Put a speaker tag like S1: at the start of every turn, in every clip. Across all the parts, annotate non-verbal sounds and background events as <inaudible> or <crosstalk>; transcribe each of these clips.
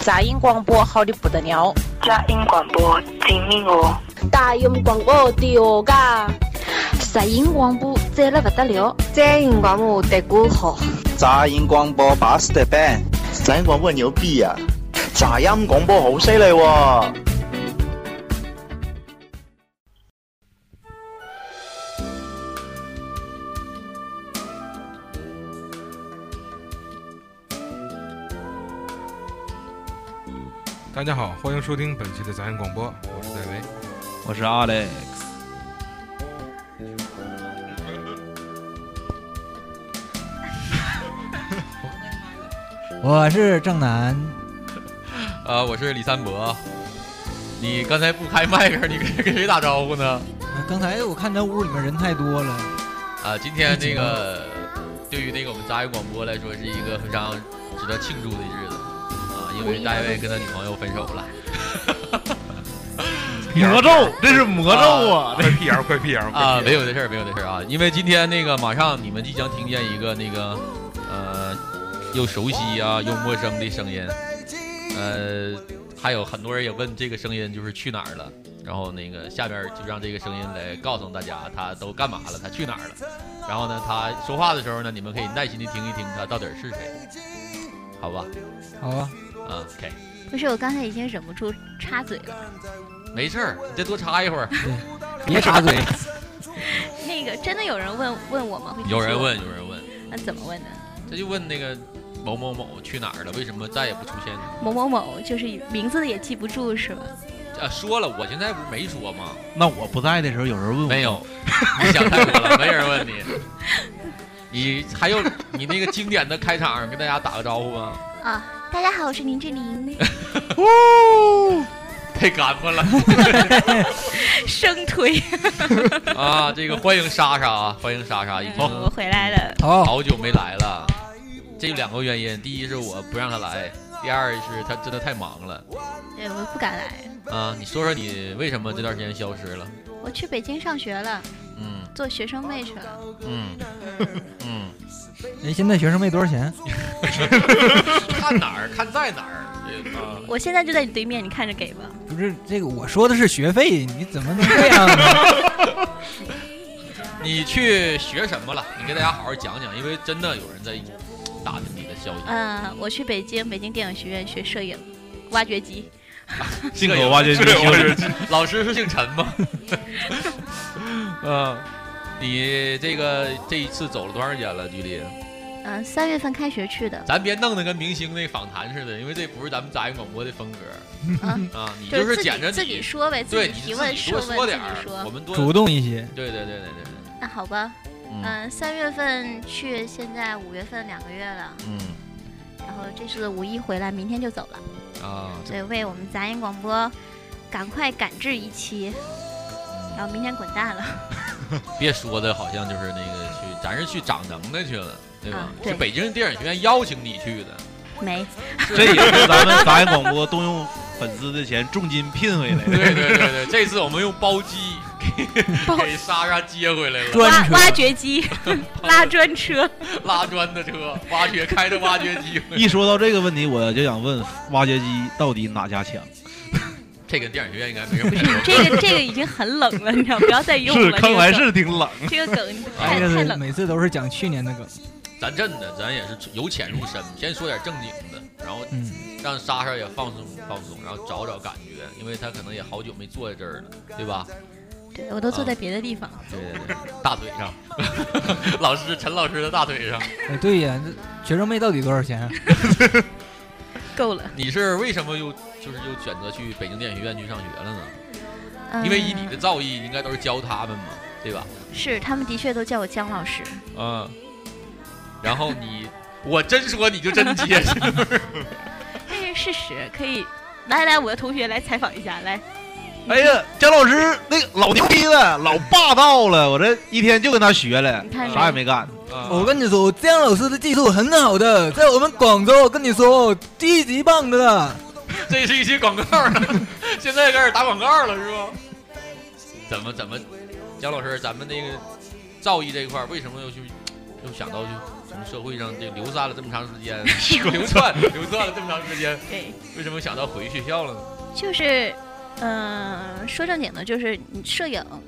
S1: 杂音广播好的不得了，
S2: 佳音广播精明哦，
S3: 大音广播的哦嘎，
S4: 杂音广播赞了不得了，
S5: 杂音广播的歌好，
S6: 杂音广播巴适的板，
S7: 杂音广播牛逼啊，杂音广播好犀利喎。
S8: 大家好，欢迎收听本期的杂音广播，我是戴维。
S9: 我是 Alex。
S10: 我是正南，
S11: 呃，我是李三伯。你刚才不开麦克，你跟跟谁打招呼呢？
S10: 啊刚才我看咱屋里面人太多了，
S11: 啊，今天这个对于那个我们杂音广播来说，是一个非常值得庆祝的日子啊，因为大卫跟他女朋友分手了。
S9: 魔咒，这是魔咒啊！
S8: 快辟谣，快辟谣！
S11: 啊，没
S8: 有，
S11: 有的事儿，没有的事儿啊，因为今天那个马上你们即将听见一个那个呃又熟悉啊又陌生的声音，呃，还有很多人也问这个声音就是去哪儿了，然后那个下边就让这个声音来告诉大家他都干嘛了，他去哪儿了，然后呢他说话的时候呢，你们可以耐心的听一听他到底是谁，好吧？
S10: 好吧，
S11: 啊，OK，
S4: 不是我刚才已经忍不住插嘴了。
S11: 没事儿，你再多插一 <laughs> 会儿。
S10: 别插嘴，
S4: 那个真的有人问问我吗？会提
S11: <laughs> 有人
S4: 醒我
S11: 问，
S4: 吗，
S11: 有人问，
S4: 那怎么问呢？
S11: 这就问那个某某某去哪儿了，为什么再也不出现？
S4: 某某某就是名字也记不住是吧？
S11: 啊，说了，我现在不是没说吗？
S9: 那我不在的时候，有人问我
S11: 没 <laughs> 有，你想太多了，没人问你。你还有你那个经典的开场，跟大家打个招呼吗？
S4: 啊，大家好，我是林志玲，
S11: <laughs> 太干巴了
S4: <laughs> 生推，
S11: 哦啊！这个欢迎莎莎啊，欢迎莎莎，已经
S4: 嗯我回来了。
S10: 好，
S11: 好久没来了。这有两个原因，第一是我不让她来，第二是她真的太忙了
S4: 对，我不敢来，
S11: 啊！你说说你为什么这段时间消失了？
S4: 我去北京上学了，
S11: 嗯
S4: 做学生妹去了。
S11: 嗯嗯，
S10: 哎，现在学生妹多少钱？
S11: 看哪儿看在哪儿这啊。
S4: 我现在就在你对面，你看着给吧。
S10: 不是这个，我说的是学费，你怎么能这样
S4: <laughs>
S10: 呢？
S11: 你去学什么了？你给大家好好讲讲，因为真的有人在打听你的消息。
S4: 嗯，我去北京北京电影学院学摄影，挖掘机。
S9: 信口挖掘机，
S11: 老师是姓陈吗？嗯，你这个这一次走了多长时间了？距离？
S4: 嗯，三月份开学去
S11: <laughs>
S4: 的。
S11: 咱别弄得跟明星那访谈似的，因为这不是咱们杂音广播的风格
S4: 嗯，
S11: 啊。你
S4: 就
S11: 就是
S4: 自
S11: 捡着
S4: 己
S11: 你
S4: 自己说呗，自
S11: 对
S4: 己
S11: 你
S4: 提
S11: 自
S4: 问
S11: 己
S4: 设
S11: 多
S4: 问
S11: 说
S4: 自
S11: 点
S4: 己
S11: 儿，我
S4: 说。
S11: 们多
S10: 主动一些，
S11: 对对对对对对，
S4: 那好吧，
S11: 嗯
S4: 嗯，三月份去，现在五月份两个月了，
S11: 嗯
S4: 然后这次五一回来，明天就走了，
S11: 啊，
S4: 所以为我们杂音广播赶快赶制一期，
S11: 嗯
S4: 然后明天滚蛋了。
S11: 别说的好像就是那个去，咱是去长能耐去了，对吧
S4: 啊？
S11: 是
S4: 对
S11: 北京电影学院邀请你去的。
S4: 没，
S9: <laughs> 这也是咱们杂音广播动用粉丝的钱重金聘回来 <laughs> 的。
S11: 对对对对，这次我们用包
S9: <laughs>
S11: 机给给莎莎接回来了，
S10: 专
S4: 挖
S10: 车
S4: 挖掘
S11: <laughs>
S4: 机，拉砖车，
S11: 拉砖的车，挖掘开着挖掘
S9: <laughs>
S11: 机回来，
S9: 一说到这个问题，我就想问，挖掘机到底哪家强？
S11: 这跟电影学院应该没什么关系。
S4: 这个这个已经很冷了，你知道，不要再用了。这个梗
S9: 挺冷。
S4: 这个梗太
S11: 哎
S10: 这个
S4: 太冷
S10: 是
S4: 了。
S10: 每次都是讲去年的梗，
S11: 咱真的，咱也是由浅入深，先说点正经的，然后
S10: 嗯，
S11: 让莎莎也放松放松，然后找找感觉，因为她可能也好久没坐在这儿了，对吧？
S4: 对我都坐在别的地方，
S11: 对对对，大腿上， <laughs> 老师陈老师的大腿上。
S10: 哎，对呀，这学生妹到底多少钱？啊
S4: 够了。
S11: 你是为什么又就是又选择去北京电影学院去上学了呢？
S4: 嗯
S11: 因为以你的造诣，应该都是教他们嘛，对吧？
S4: 是他们的确都叫我姜老师，
S11: 嗯，然后你，我真说你就真结实。
S4: 这是事实，可以。来来，我的同学来采访一下，来，
S9: 哎呀，姜老师那个老牛逼了，老霸道了，我这一天就跟他学了
S4: 你看，
S9: 啥也没干。
S4: 嗯
S10: 我跟你说，姜老师的技术很好的，在我们广州，我跟你说，低级棒的了。
S11: 这是一期广告呢，现在开始打广告了是不？怎么怎么，姜老师，咱们那个造诣这一块儿，为什么又去又想到去从社会上这流散了这么长时间，流窜流窜了这么长时间，
S4: 对，
S11: 为什么想到回学校了呢？
S4: 就是，嗯、说正经的，就是你摄影
S11: 嗯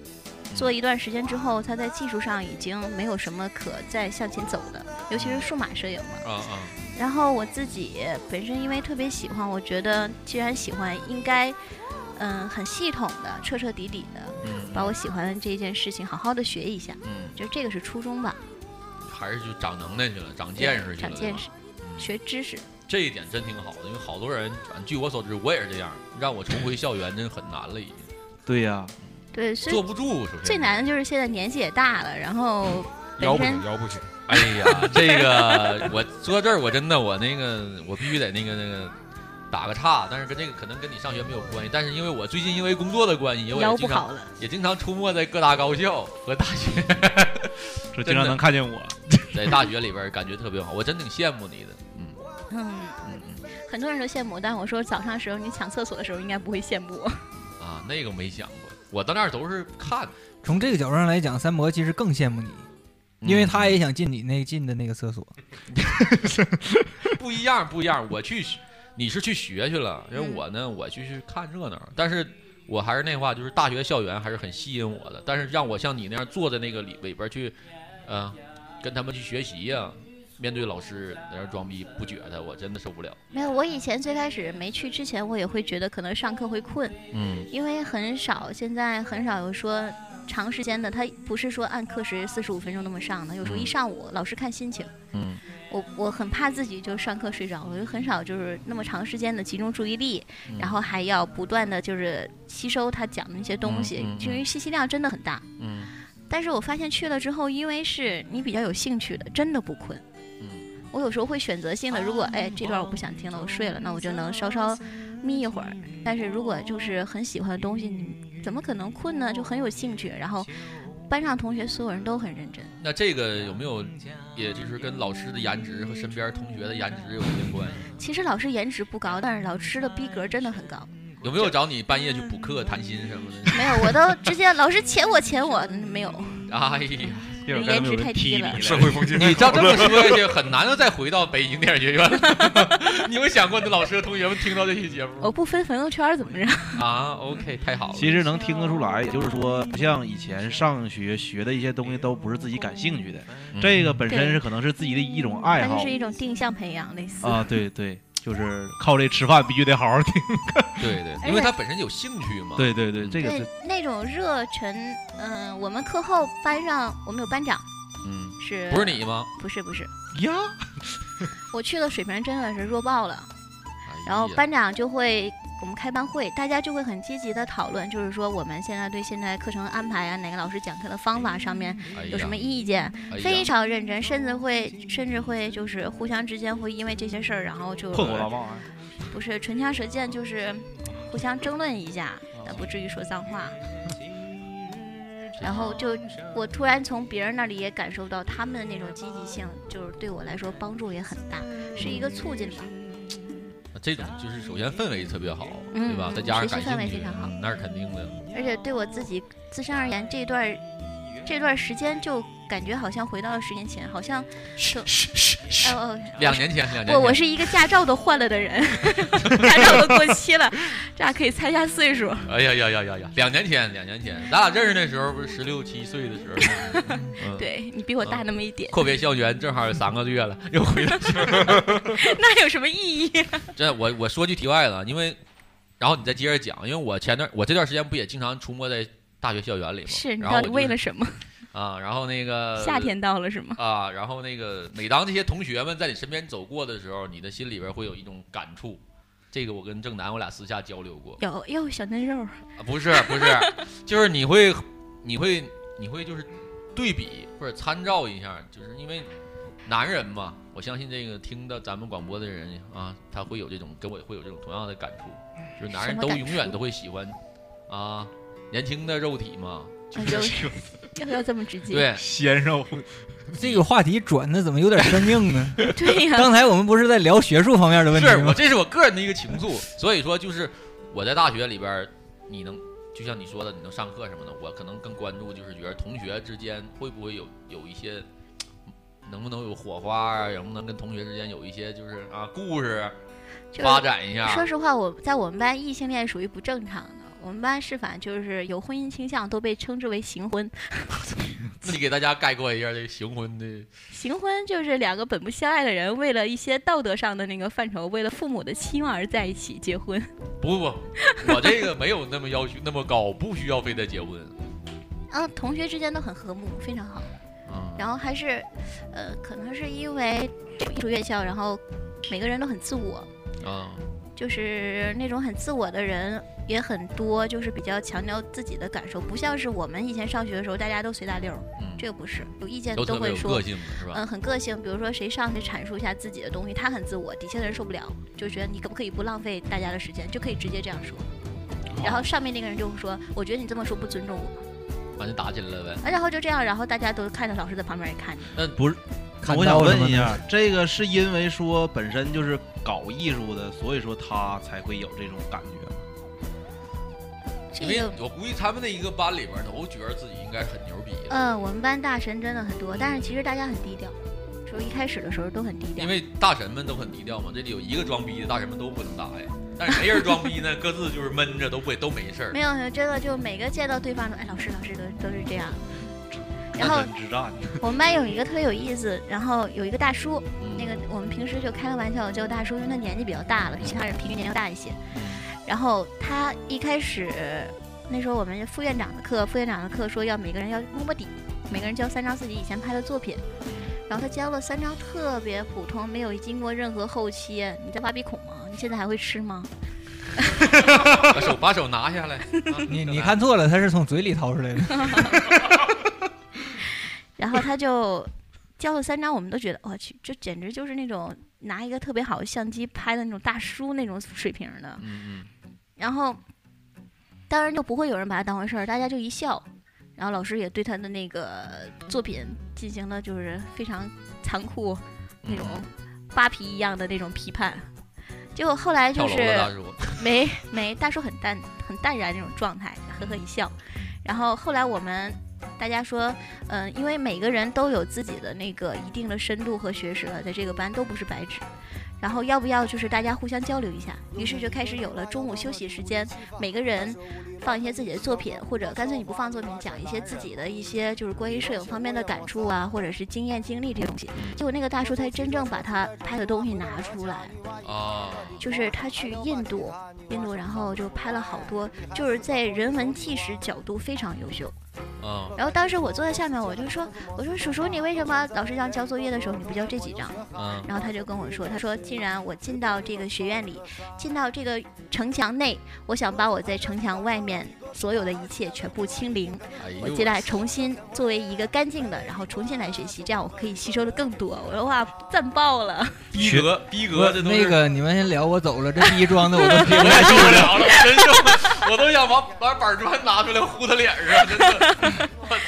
S4: 做一段时间之后，它在技术上已经没有什么可再向前走的，尤其是数码摄影
S11: 啊
S4: 嘛。
S11: 啊，
S4: 然后我自己本身因为特别喜欢，我觉得既然喜欢，应该嗯、很系统的、彻彻底底的
S11: 嗯，
S4: 把我喜欢的这件事情好好的学一下，
S11: 嗯，
S4: 就这个是初衷吧，
S11: 还是就长能耐去了，长见识去了，
S4: 长见识，
S11: 嗯。
S4: 学知识。
S11: 这一点真挺好的，因为好多人，反正据我所知，我也是这样，让我重回校园真很难了，已经
S9: 对呀、
S4: 对，所
S11: 坐
S4: 以
S11: 不住，首先
S4: 最难的就是现在年纪也大了，然后
S8: 摇
S11: 嗯
S4: 本
S8: 不
S4: 身
S8: 起，摇不起。
S11: 哎呀，这个我说到这儿，我真的我那个我必须得那个那个打个岔，但是跟这个可能跟你上学没有关系，但是因为我最近因为工作的关系，我
S4: 腰
S11: 也
S4: 不
S11: 经
S4: 好
S11: 常
S4: 了。
S11: 也经常出没在各大高校和大学， <laughs>
S9: 这经常能看见我。
S11: 在大学里边儿感觉特别好，我真挺羡慕你的。嗯
S4: 嗯，
S11: 嗯嗯
S4: 很多人都羡慕，但我说早上时候你抢厕所的时候，应该不会羡慕我。 <laughs>
S11: 啊，那个没想过，我到那儿都是看，
S10: 从这个角度上来讲，三魔其实更羡慕你，
S4: 嗯
S10: 因为他也想进你那进的那个厕所。
S11: 不一样，不一样。我去学，你是去学去了，因为
S4: 嗯
S11: 我呢，我去去看热闹。但是我还是那话，就是大学校园还是很吸引我的。但是让我像你那样坐在那个里里边去，呃，跟他们去学习呀、面对老师在那儿装逼不撅他，我真的受不了。
S4: 没有，我以前最开始没去之前，我也会觉得可能上课会困，
S11: 嗯
S4: 因为很少，现在很少有说长时间的，他不是说按课时四十五分钟那么上的，有时候一
S11: 嗯
S4: 上午老师看心情。
S11: 嗯
S4: 我我很怕自己就上课睡着，我就很少就是那么长时间的集中注意力，
S11: 嗯
S4: 然后还要不断的就是吸收他讲的那些东西，
S11: 嗯嗯嗯
S4: 因为信息量真的很大。
S11: 嗯
S4: 但是我发现去了之后，因为是你比较有兴趣的，真的不困。
S11: 嗯
S4: 我有时候会选择性的，如果哎这段我不想听了，我睡了，那我就能稍稍眯一会儿。但是如果就是很喜欢的东西，你怎么可能困呢？就很有兴趣，然后班上同学所有人都很认真。
S11: 那这个有没有，也就是跟老师的颜值和身边同学的颜值有一定关系？
S4: 其实老师颜值不高，但是老师的逼格真的很高。
S11: 有没有找你半夜去补课、谈心什么的？ <laughs>
S4: 没有，我都直接老师钱我钱我没有。
S11: 哎呀，
S9: 一会儿该他们有人踢你
S8: 社会风气
S9: <laughs>
S8: 太
S11: 你照
S8: 好
S11: 这
S8: 了，
S11: 么说下去，很难再回到北京电影学院了。 <laughs> 你有想过你老师和同学们听到这期节目
S4: 我
S11: 吗
S4: 不分朋友圈怎么着？
S11: 啊？OK，太好了。
S9: 其实能听得出来，也就是说，不像以前上学学的一些东西都不是自己感兴趣的，
S11: 嗯
S9: 这个本身是可能是自己的一种爱
S4: 它就
S9: 好
S4: 是一种定向培养，类似。
S9: 啊，对对，就是靠这吃饭必须得好好听，
S11: 对对，因为他本身有兴趣嘛。
S9: <laughs> 对对对，这个
S4: 对
S9: 是，
S4: 那种热忱，嗯、我们课后班上我们有班长
S11: 嗯，
S4: 是，
S11: 不是你吗？
S4: 不是不是，
S9: <laughs> 呀，
S4: 我去的水平真的是弱爆了。
S11: 哎呀
S4: 然后班长就会我们开班会，大家就会很积极的讨论，就是说我们现在对现在课程安排啊，哪个老师讲课的方
S11: 哎
S4: 法上面有什么意见，非常认真，甚至会甚至会就是互相之间会因为这些事儿，然后就
S9: 破口大骂啊，
S4: 不是唇枪舌剑，就是互相争论一下，但不至于说脏话。然后就我突然从别人那里也感受到他们的那种积极性，就是对我来说帮助也很大，是一个促进吧。
S11: 常这种就是首先氛围特别好，
S4: 嗯
S11: 对吧？再加上
S4: 学习
S11: 感
S4: 氛围
S11: 兴趣
S4: 非常好，
S11: 嗯那是肯定的。
S4: 而且对我自己自身而言，这段儿这段时间就感觉好像回到了十年前，好像是哦哦，
S11: 两年前，两年
S4: 我
S11: 前
S4: 我是一个驾照都换了的人， <laughs> 驾照都过期了， <laughs> 这样可以猜一下岁数。
S11: 哎呀呀呀呀呀！两年前，两年前，咱俩认识那时候不是十六七岁的时
S4: <laughs>
S11: 候吗，嗯，
S4: 对你比我大那么一点，
S11: 阔别校园正好有三个月了，又回到校园。嗯
S4: 那有什么意义？
S11: 这我我说句题外的，因为，然后你再接着讲，因为我前段我这段时间不也经常出没在大学校园里吗？
S4: 是你
S11: 然
S4: 到
S11: 后
S4: 底
S11: 我
S4: 为
S11: 就
S4: 了
S11: 是
S4: 什么？
S11: 啊，然后那个
S4: 夏天到了是吗？
S11: 啊，然后那个每当这些同学们在你身边走过的时候，你的心里边会有一种感触。这个我跟正南我俩私下交流过，
S4: 有哟，小嫩肉，
S11: 啊、不是不是，就是你会你会你会就是对比或者参照一下，就是因为男人嘛，我相信这个听到咱们广播的人啊，他会有这种跟我会有这种同样的感触，就是男
S4: 什
S11: 人
S4: 么
S11: 都
S4: 感
S11: 永远
S4: 触
S11: 都会喜欢啊年轻的肉体嘛，就
S4: 啊
S11: 是
S4: 就 <laughs> 要要这么直接？
S11: 对
S9: 鲜肉，
S10: 这个话题转的怎么有点生硬
S4: <laughs>
S10: 呢？
S4: <laughs> 对呀、
S10: 刚才我们不是在聊学术方面的问题
S11: 是我
S10: 吗？
S11: 这是我个人的一个情愫，所以说就是我在大学里边儿，你能就像你说的，你能上课什么的，我可能更关注就是觉得同学之间会不会有有一些能不能有火花啊？能不能跟同学之间有一些就是啊故事
S4: 就是
S11: 发展一下？
S4: 说实话，我在我们班异性恋属于不正常的。我们班是反就是有婚姻倾向都被称之为行婚，
S11: 那你给大家概括一下这个行婚的
S4: 行婚就是两个本不相爱的人为了一些道德上的那个范畴，为了父母的期望而在一起结婚。
S11: 不不，不，我这个没有那么要求那么高，不需要非得结婚。
S4: 啊，同学之间都很和睦，非常好。
S11: 嗯，
S4: 然后还是，呃，可能是因为艺术院校，然后每个人都很自我，
S11: 啊，
S4: 就是那种很自我的人也很多，就是比较强调自己的感受，不像是我们以前上学的时候大家都随大溜儿，
S11: 嗯
S4: 这个不是，有意见
S11: 都特别
S4: 会
S11: 有
S4: 说
S11: 个。性的是吧？
S4: 嗯，很个性，比如说谁上去阐述一下自己的东西，他很自我，底下的人受不了，就觉得你可不可以不浪费大家的时间，就可以直接这样说。然
S11: 哦
S4: 后上面那个人就会说，我觉得你这么说不尊重我，
S11: 完就打起来了呗。
S4: 然后就这样，然后大家都看着老师在旁边也看着。
S9: 不是，
S10: 看
S9: 我想
S10: 到了吗
S9: 问一下，这个是因为说本身就是搞艺术的，所以说他才会有这种感觉吗？
S4: 这
S11: 因为
S4: 个
S11: 我估计他们那一个班里边都觉得自己应该很牛逼的，
S4: 嗯，我们班大神真的很多，但是其实大家很低调，就是一开始的时候都很低调
S11: 因。为大神们都很低调嘛。这里有一个装逼的，大神们都不能搭呀。但是没人装逼呢，各自就是闷着，都不都没事儿
S4: 没。有，没有真的就每个见到对方说，哎，老师，老师都都是这样。然后
S9: 战争之战，
S4: <laughs> 我们班有一个特别有意思，然后有一个大叔，那个
S11: 嗯
S4: 我们平时就开个玩笑叫大叔，因为他年纪比较大了，比其他人平均年龄大一些。然后他一开始那时候我们副院长的课，副院长的课说要每个人要摸摸底，每个人交三张自己以前拍的作品。然后他交了三张特别普通，没有经过任何后期。你在挖鼻孔吗？你现在还会吃吗？
S11: 把手把手拿
S4: <laughs>
S11: 下来。啊
S10: 你你，看错了，他是从嘴里掏出
S11: <laughs>
S10: 来的。
S4: 然后他就 <laughs> 交了三张，我们都觉得我去，这简直就是那种拿一个特别好的相机拍的那种大叔那种水平的。
S11: 嗯
S4: 然后当然就不会有人把他当回事儿，大家就一笑。然后老师也对他的那个作品进行了就是非常残酷那种
S11: 嗯
S4: 扒皮一样的那种批判。结果后来
S11: 嗯，跳
S4: 就
S11: 楼了大
S4: 是
S11: 叔。
S4: <laughs> 没没大叔很淡很淡然那种状态，呵呵一笑。然后后来我们大家说，嗯、因为每个人都有自己的那个一定的深度和学识了，在这个班都不是白纸。然后要不要就是大家互相交流一下？于是就开始有了中午休息时间，每个人放一些自己的作品，或者干脆你不放作品，讲一些自己的一些就是关于摄影方面的感触啊，或者是经验经历这些东西。结果那个大叔才真正把他拍的东西拿出来，
S11: 啊，
S4: 就是他去印度，印度然后就拍了好多，就是在人文纪实角度非常优秀。
S11: 嗯，
S4: 然后当时我坐在下面，我就说，我说叔叔，你为什么老师让交作业的时候你不交这几张？
S11: 嗯，
S4: 然后他就跟我说，他说既然我进到这个学院里，进到这个城墙内，我想把我在城墙外面所有的一切全部清零，
S11: 哎呦
S4: 我进来重新作为一个干净的，然后重新来学习，这样我可以吸收的更多。我说哇，赞爆了！ <laughs>
S11: 逼格逼格，这都是
S10: 那个 <laughs> 你们先聊，我走了，这逼装的
S11: <laughs>
S10: 我都听不
S11: 我也
S10: 下去
S11: 受不了
S10: 了。
S11: 了，真是，我都想把把板砖拿出来糊他脸上，真
S4: <laughs>
S11: 的。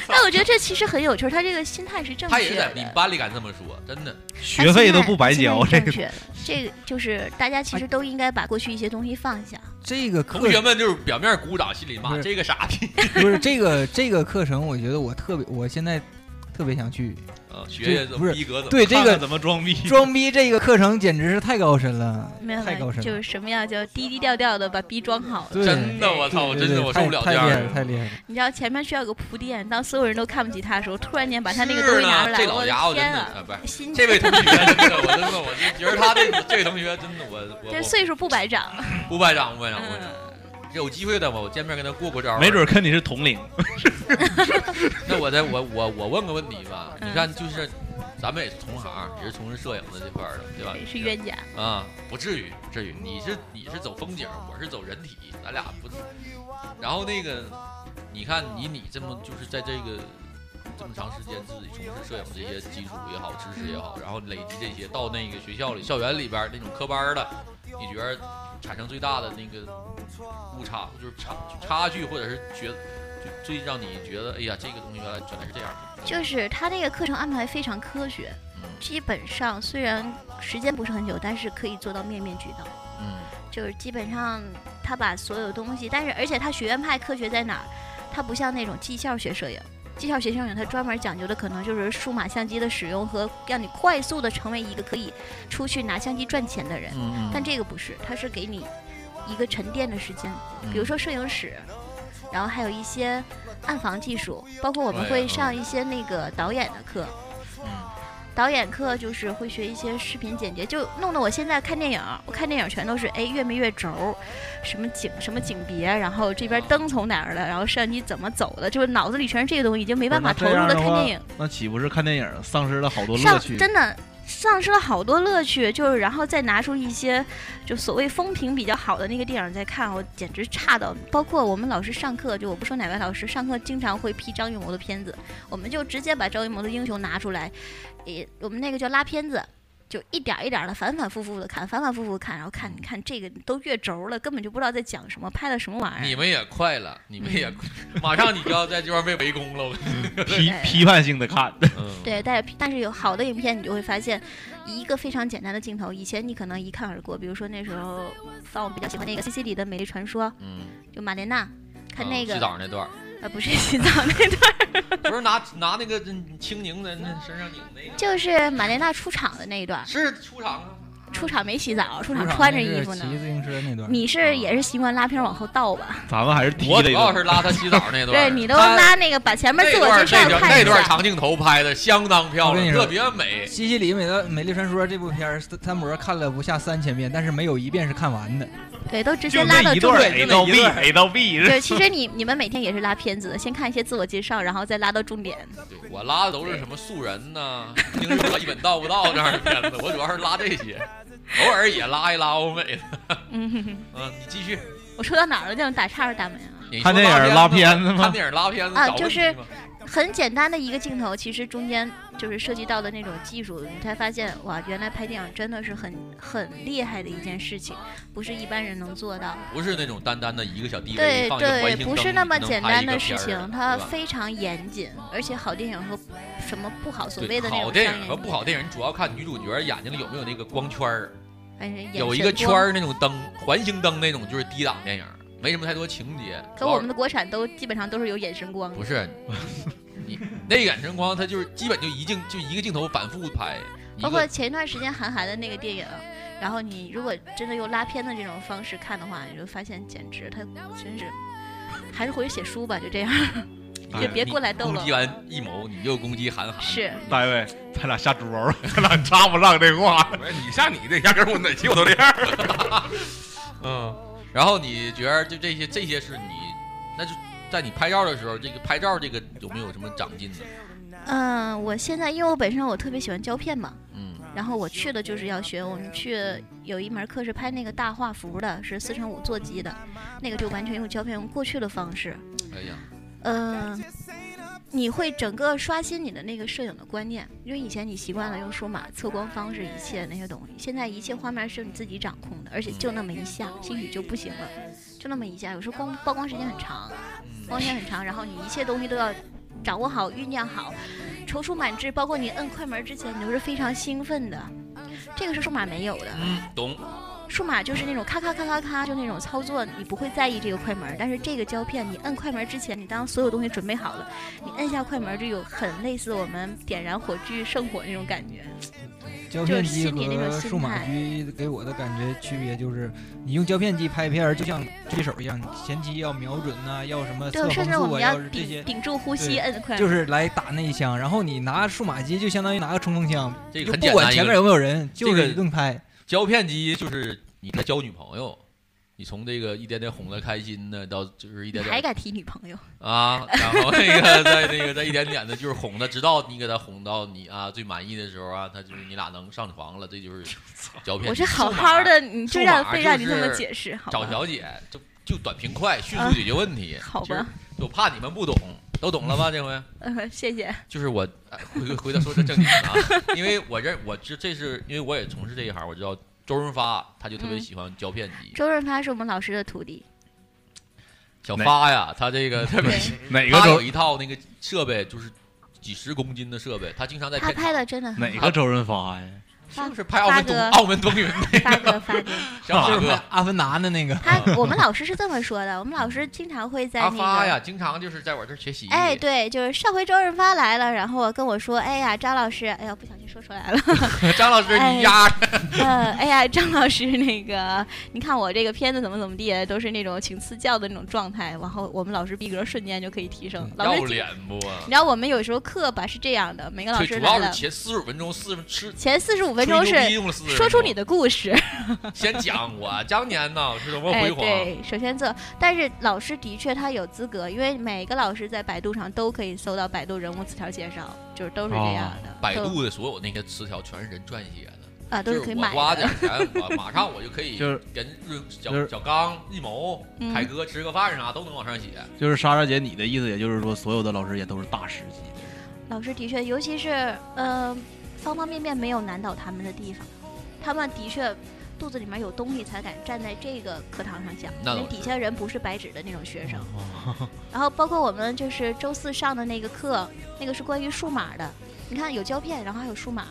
S4: 但我觉得这其实很有趣，他这个心态是正
S11: 他
S4: 确
S11: 也在你
S4: 的。
S11: 班里敢这么说，真的。
S4: 他
S9: 学费
S4: 现
S9: 都
S4: 在
S9: 不白
S4: 哎现在
S9: 交，
S4: 是
S9: 这
S4: 正
S9: 个
S4: 确的这个就是大家其实都应该把过去一些东西放下。
S10: 这个
S11: 同
S10: 课
S11: 学们就是表面鼓掌，心里
S10: 不
S11: 骂
S10: 是
S11: 这个傻
S10: <laughs>
S11: 逼。
S10: 不是这个这个课程，我觉得我特别，我现在特别想去。
S11: 啊，学学怎
S10: 不
S11: 么
S10: 是
S11: 逼格怎么。
S10: 对这
S9: 看看
S10: 个
S9: 怎么装逼？
S10: 装逼这个课程简直是太高深了，
S4: 没有
S10: 太
S4: 没
S10: 高
S4: 有，
S10: 深
S4: 就
S10: 了
S4: 是。什么样叫低低调调的把逼装好了。
S10: 对
S11: 真的，我操！我
S10: 对
S11: 真的
S10: 对
S11: 我受
S10: 太
S11: 不了这
S10: 太
S11: 样
S10: 厉害
S11: 的
S10: 了，。太厉害了！
S4: 你知道前面需要有个铺垫，当所有人都看不起他的时候，突然间把他那个
S11: 是
S4: 东西
S11: 呢
S4: 拿出来，
S11: 这
S4: 我
S11: 老
S4: 的
S11: 家伙真
S4: 天
S11: 的，
S4: 啊！
S11: 啊不是
S4: 心
S11: 这位同学，真的我真的我就觉得他这这位同学真的我我
S4: 这
S11: 我
S4: 岁数不白长。
S11: 不班长不班长不班长，
S4: 嗯，
S11: 有机会的我见面跟他过过招。
S9: 没准跟你是同龄，
S11: 那我再我我我问个问题吧，
S4: 嗯
S11: 你看就是，咱们也是同行，也是从事摄影的这块儿的，对吧？
S4: 是冤家。
S11: 啊，不至于，不至于。你是你是走风景，我是走人体，咱俩不。然后那个，你看你你这么就是在这个这么长时间自己从事摄影这些基础也好，知识也好，然后累积这些到那个学校里、校园里边儿那种科班儿的，你觉得产生最大的那个误差就是差差距，或者是觉就最让你觉得哎呀，这个东西原来原来是这样的。嗯
S4: 就是他那个课程安排非常科学，基本上虽然时间不是很久，但是可以做到面面俱到。
S11: 嗯
S4: 就是基本上他把所有东西，但是而且他学院派科学在哪儿？他不像那种技校学摄影，
S11: 嗯
S4: 技校学摄影它专门讲究的可能就是数码相机的使用和让你快速的成为一个可以出去拿相机赚钱的人，
S11: 嗯嗯
S4: 但这个不是，它是给你一个沉淀的时间，
S11: 嗯
S4: 比如说摄影史，然后还有一些暗房技术，包括我们
S11: 对
S4: 会
S11: 嗯
S4: 上一些那个导演的课，导演课就是会学一些视频剪辑，就弄得我现在看电影，我看电影全都是哎越没越轴，什么景什么景别，然后这边灯从哪儿了，然后摄像机怎么走的，就是脑子里全是这个东西，已经没
S9: 没
S4: 办法投入了看电影。，
S9: 那岂不是看电影丧失了好多乐
S4: 上
S9: 趣？
S4: 真的丧失了好多乐趣，就是然后再拿出一些就所谓风评比较好的那个电影再看，我简直差到，包括我们老师上课，就我不说哪位老师上课经常会批张艺谋的片子，我们就直接把张艺谋的《英雄》拿出来，也我们那个叫拉片子。就一点儿一点的反反复复的看，反反复复地看，然后看，你看这个都越轴了，根本就不知道在讲什么，拍的什么玩意儿。
S11: 你们也快了，你们也快，<laughs>
S4: 嗯
S11: 马上你就要在这边被围攻了。我跟你
S4: 哎
S11: 嗯
S9: 批批判性的看，
S4: 对，但是但是有好的影片，你就会发现一个非常简单的镜头，以前你可能一看而过。比如说那时候放我比较喜欢那个 C C 里的《美丽传说》，
S11: 嗯，
S4: 就马莲娜， <laughs> 看那个
S11: 啊洗澡那段儿，
S4: 呃不是洗澡那段 <laughs> 儿，
S11: 不是拿拿那个嗯青柠在那身上拧那个，
S4: 就是马莲娜出场的那一段。
S11: 是出场吗？
S4: 出场没洗澡，出场啊穿着衣服呢。
S10: 骑自行车那段，
S4: 你
S11: 啊
S4: 是也是习惯拉片往后倒吧？
S9: 咱们还是踢
S11: 我
S9: 了
S11: 主
S9: 一
S11: 要
S9: 顿。
S11: 是拉他洗澡那段儿，
S4: <laughs> 对你都
S11: 他
S4: 拉那个把前面
S11: 那
S4: 自我
S11: 段
S4: 介
S11: 儿
S4: 绍
S11: 那段
S4: 看
S11: 那
S4: 一
S11: 段
S4: 下。
S11: 长镜头拍的相当漂
S10: 我跟
S11: 亮，
S10: 你说
S11: 特别美。
S10: 西西里美的美丽传说这部片儿，三三伯看了不下三千遍，但是没有一遍是看完的。
S4: 对，都直接
S9: 就
S4: 拉到
S9: 那一
S4: 重
S9: 段
S4: 点。
S9: A 到 B，A 到 B 是
S4: 对，
S9: <laughs>
S4: 其实你你们每天也是拉片子的，先看一些自我介绍，然后再拉到重点。
S11: 对我拉的都是什么素人呐、听说一本道不道这样的片子，我主要是拉这些， <laughs> 偶尔也拉一拉欧美的。
S4: 嗯。 <laughs>
S11: 嗯，你继续。
S4: 我说到哪儿了？这啊样打岔是打没了。
S11: 你
S9: 看
S11: 说
S9: 电影
S11: 拉
S9: 拉片子吗
S11: 看电影拉片子
S4: 啊
S11: 找问
S4: 就是
S11: 题吗
S4: 很简单的一个镜头，其实中间就是涉及到的那种技术，你才发现哇，原来拍电影真的是很很厉害的一件事情，不是一般人能做到。
S11: 不是那种单单的一个小地位
S4: 对
S11: 放一个
S4: 对
S11: 环，形
S4: 不是
S11: 灯
S4: 那么
S11: 能
S4: 简
S11: 拍
S4: 单
S11: 一个
S4: 的事
S11: 片儿
S4: 情，它
S11: 对吧
S4: 非常严谨，而且好电影和什么不好所
S11: 对
S4: 谓的那
S11: 好
S4: 种
S11: 电
S4: 商
S11: 影和不好电影，主要看女主角眼睛里有没有那个光圈儿，
S4: 影，
S11: 有一个圈儿。那种灯，环形灯那种就是低档电影，没什么太多情节。
S4: 可我们的国产都基本上都是有眼神光的
S11: 不，是，你那个眼神光，它就是基本就一镜就一个镜头反复拍，一
S4: 包括
S11: 个
S4: 前一段时间韩寒的那个电影，然后你如果真的用拉片的这种方式看的话，你就发现简直他真是，还是回去写书吧，就这样。
S9: 哎
S4: 就别过来逗
S11: 你
S4: 了
S11: 攻击完一谋，你又攻击韩寒，
S4: 是，
S9: 大卫，咱俩下猪包， <laughs> 咱俩插不上这话。
S8: 不是你像你的，压根儿我哪期我都这样。
S9: <laughs>
S11: 嗯，然后你觉得就这些这些是你，那就在你拍照的时候，这个拍照这个有没有什么长进呢？
S4: 嗯，我现在因为我本身我特别喜欢胶片嘛，
S11: 嗯，
S4: 然后我去的就是要学，我们去有一门课是拍那个大画幅的，是四乘五座机的，那个就完全用胶片用过去的方式，
S11: 哎呀，
S4: 嗯、你会整个刷新你的那个摄影的观念，因为以前你习惯了用数码测光方式一切那些东西，现在一切画面是你自己掌控的，而且就那么一下，兴许就不行了，就那么一下，有时候光曝光时间很长，曝光时间很长，然后你一切东西都要掌握好、酝酿好，踌躇满志，包括你摁快门之前，你都是非常兴奋的，这个是数码没有的。
S11: 嗯，懂，
S4: 数码就是那种咔咔咔咔咔，就那种操作，你不会在意这个快门。但是这个胶片，你摁快门之前，你当所有东西准备好了，你摁下快门就有很类似我们点燃火炬圣火那种感觉。
S10: 胶片机
S4: 就是心里那
S10: 和
S4: 种心态
S10: 数码机给我的感觉区别就是，你用胶片机拍片儿就像狙手一样，前期要瞄准呐、要什么测
S4: 对，
S10: 风
S4: 甚至我
S10: 速啊，
S4: 们
S10: 要
S4: 要
S10: 是这些
S4: 屏，屏住呼吸
S10: 对
S4: 摁快门。
S10: 就是来打那一枪。然后你拿数码机就相当于拿个冲锋枪，
S11: 这
S10: 就
S11: 个很
S10: 不
S11: 简
S10: 管
S11: 单一
S10: 前面
S11: 个。
S10: 有没有人，就
S11: 这
S10: 是
S11: 个
S10: 一顿拍。
S11: 胶片机就是你在交女朋友，你从这个一点点哄她开心呢，到就是一
S4: 你
S11: 点
S4: 还
S11: 点
S4: 敢提女朋友？
S11: 啊，然后那个在那个在一点点的，就是哄她，直到你给她哄到你啊最满意的时候啊，她就是你俩能上床了，这
S4: <laughs>
S11: 就是胶片机。
S4: 我是好
S11: 数码
S4: 好的，你
S11: 数
S4: 就让
S11: 码
S4: 非
S11: 就
S4: 让你这么
S11: 是
S4: 解释，好
S11: 找
S4: 吧？
S11: 小姐，就就短平快，
S4: <laughs>
S11: 迅
S4: 啊
S11: 速解决问题。
S4: 好
S11: 就是
S4: 吧，
S11: 就怕你们不懂，都懂了吧？这回
S4: 呃，谢谢。
S11: 就是我哎回回回到说这正经的啊，因为我认我知这是因为我也从事这一行，我知道周润发他就特别
S4: 嗯
S11: 喜欢胶片机，
S4: 周润发是我们老师的徒弟，
S11: 小发呀，他这个特别
S4: 对
S11: 喜
S9: 哪个
S11: 他有
S9: 周
S11: 一套那个设备，就是几十公斤的设备，他经常在
S4: 他
S11: 片
S4: 拍
S11: 场
S4: 的真的很
S9: 哪个周润发呀？
S11: 是不是拍澳门东澳门东云
S4: <laughs> 发哥发
S11: <laughs>
S4: 哥，
S11: 小马
S10: 就是
S11: 哥
S10: 阿凡达的那个，
S4: 他我们老师是这么说的，我们老师经常会在
S11: 阿
S4: 那
S11: 发
S4: 个。
S11: 呀，经常就是在我这儿学习。
S4: 哎，对，就是上回周润发来了，然后跟我说：“哎呀，张老师，哎呀，不小心说出来了。
S11: <laughs> 张老师
S4: 哎
S11: 你压
S4: 呃，哎呀，张老师，那个，你看我这个片子怎么怎么地，都是那种请赐教的那种状态，然后我们老师逼格瞬间就可以提升。老
S11: 嗯要
S4: 师，
S11: 脸不啊？
S4: 你知道我们有时候课吧是这样的，每个老
S11: 对，
S4: 师
S11: 主
S4: 来
S11: 要是
S4: 了，
S11: 前四十分钟四分吃
S4: 前四十五分
S11: 吹
S4: 钟是
S11: 牛逼用了40分钟
S4: 说出你的故事，
S11: 先讲我当年呢是多么
S4: 哎，
S11: 辉煌。
S4: 对，首先这，但是老师的确他有资格，因为每个老师在百度上都可以搜到百度人物词条介绍，就是都是这样的，
S11: 哦百
S4: 都
S11: 度的所有那些词条全是人撰写的，
S4: 啊都
S11: 就是是
S4: 可以
S11: 我
S4: 买
S11: 花
S4: 的
S11: 点。钱，我马上我就可以
S9: 就是
S11: 跟润小
S9: 就是
S11: 小刚、一谋、
S4: 嗯
S11: 凯哥吃个饭啥都能往上写。
S9: 就是莎莎姐，你的意思也就是说，所有的老师也都是大师级的。
S4: 老师的确，尤其是呃，方方面面没有难倒他们的地方，他们的确肚子里面有东西才敢站在这个课堂上讲，
S11: 那
S4: 因为
S11: 倒
S4: 底
S11: 是哦
S4: 下人不是白纸的那种学生。
S11: <laughs>
S4: 然后包括我们就是周四上的那个课，那个是关于数码的，你看有胶片，然后还有数码。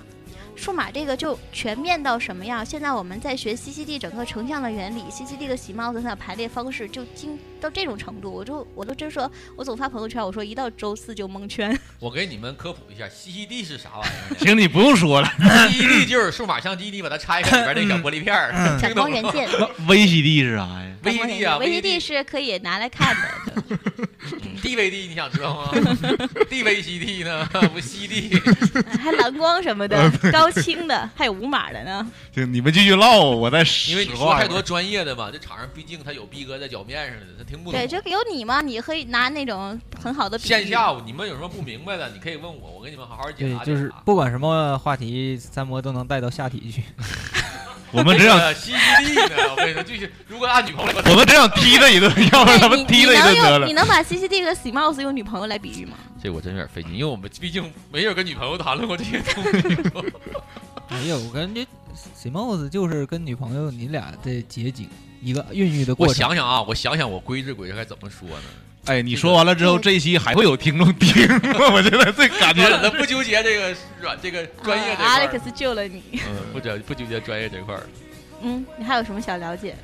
S4: 数码这个就全面到什么样？现在我们在学 CCD 整个成像的原理，CCD 的洗帽子它的排列方式就精到这种程度，我就我都真说，我总发朋友圈，我说一到周四就蒙圈。
S11: 我给你们科普一下，CCD 是啥玩意儿呢
S9: <laughs> 行，你不用说了 <laughs>
S11: ？CCD 就是数码相机，你把它拆开里边那小玻璃片
S9: 嗯
S11: 儿，听
S4: 闪嗯
S11: 懂
S4: 光元
S11: 吗
S9: <laughs>
S4: 件，
S9: 哦，VCD 是啥呀？
S11: ？VCD 啊
S4: ，VCD 是可以拿来看
S9: <laughs>
S4: 的。
S11: DVD 你想知道吗？DVCD 呢？不
S9: <laughs>
S11: CD
S4: 还蓝光什么的，高清的，还有无码的呢。
S9: 行，你们继续唠，我再
S11: 因为你
S9: 使
S11: 说
S9: 唤
S11: 太
S9: 一会
S11: 多
S9: 儿
S11: 专业的嘛，这场上毕竟他有逼格在脚面上的，他听不懂。
S4: 对，就有你嘛，你可以拿那种很好的比喻
S11: 线
S4: <laughs>
S11: 下你们有什么不明白的，你可以问我，我给你们好好解
S10: 对，
S11: 答。
S10: 就是不管什么话题，三模都能带到下
S11: <laughs>
S10: 体去。
S9: <laughs> 我们只想， <laughs>
S11: 西西地呢，我跟你说，就是如果按女朋友，
S9: 我们只想踢他一顿，要不然
S4: 哎
S9: 咱
S4: 你
S9: 们踢 <laughs> 他
S4: 你
S9: 一
S4: 能
S9: 顿得
S4: 用你
S9: 了。
S4: 能把 CCD 和 CMOS 用女朋友来比喻吗？
S11: 这我真有点费劲，因为我们毕竟没有跟女朋友谈论过这些东西。
S10: 没有，哎我感觉 Simos 就是跟女朋友你俩的结晶，一个孕育的过
S11: 我
S10: 程。
S11: 想想啊，我想想，我规制规制该怎么说呢？
S9: 哎，你说完了之后，这一期还会有听众听 <laughs> 吗？我觉得这感觉
S11: 算啊 <laughs>
S9: <laughs>
S11: 了，咱不纠结这个软这个专业这
S4: 啊
S11: 块儿，
S4: Alex 救了你。 <laughs>
S11: 嗯，不纠不纠结专业这块儿。
S4: 嗯，你还有什么想了解？